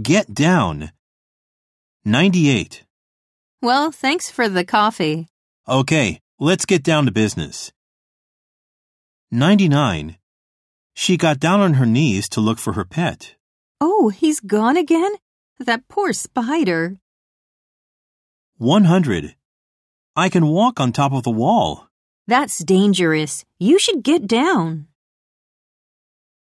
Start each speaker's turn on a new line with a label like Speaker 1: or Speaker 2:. Speaker 1: Get down. 98.
Speaker 2: Well, thanks for the coffee.
Speaker 1: Okay, let's get down to business. 99. She got down on her knees to look for her pet.
Speaker 2: Oh, he's gone again? That poor spider.
Speaker 1: 100. I can walk on top of the wall.
Speaker 2: That's dangerous. You should get down.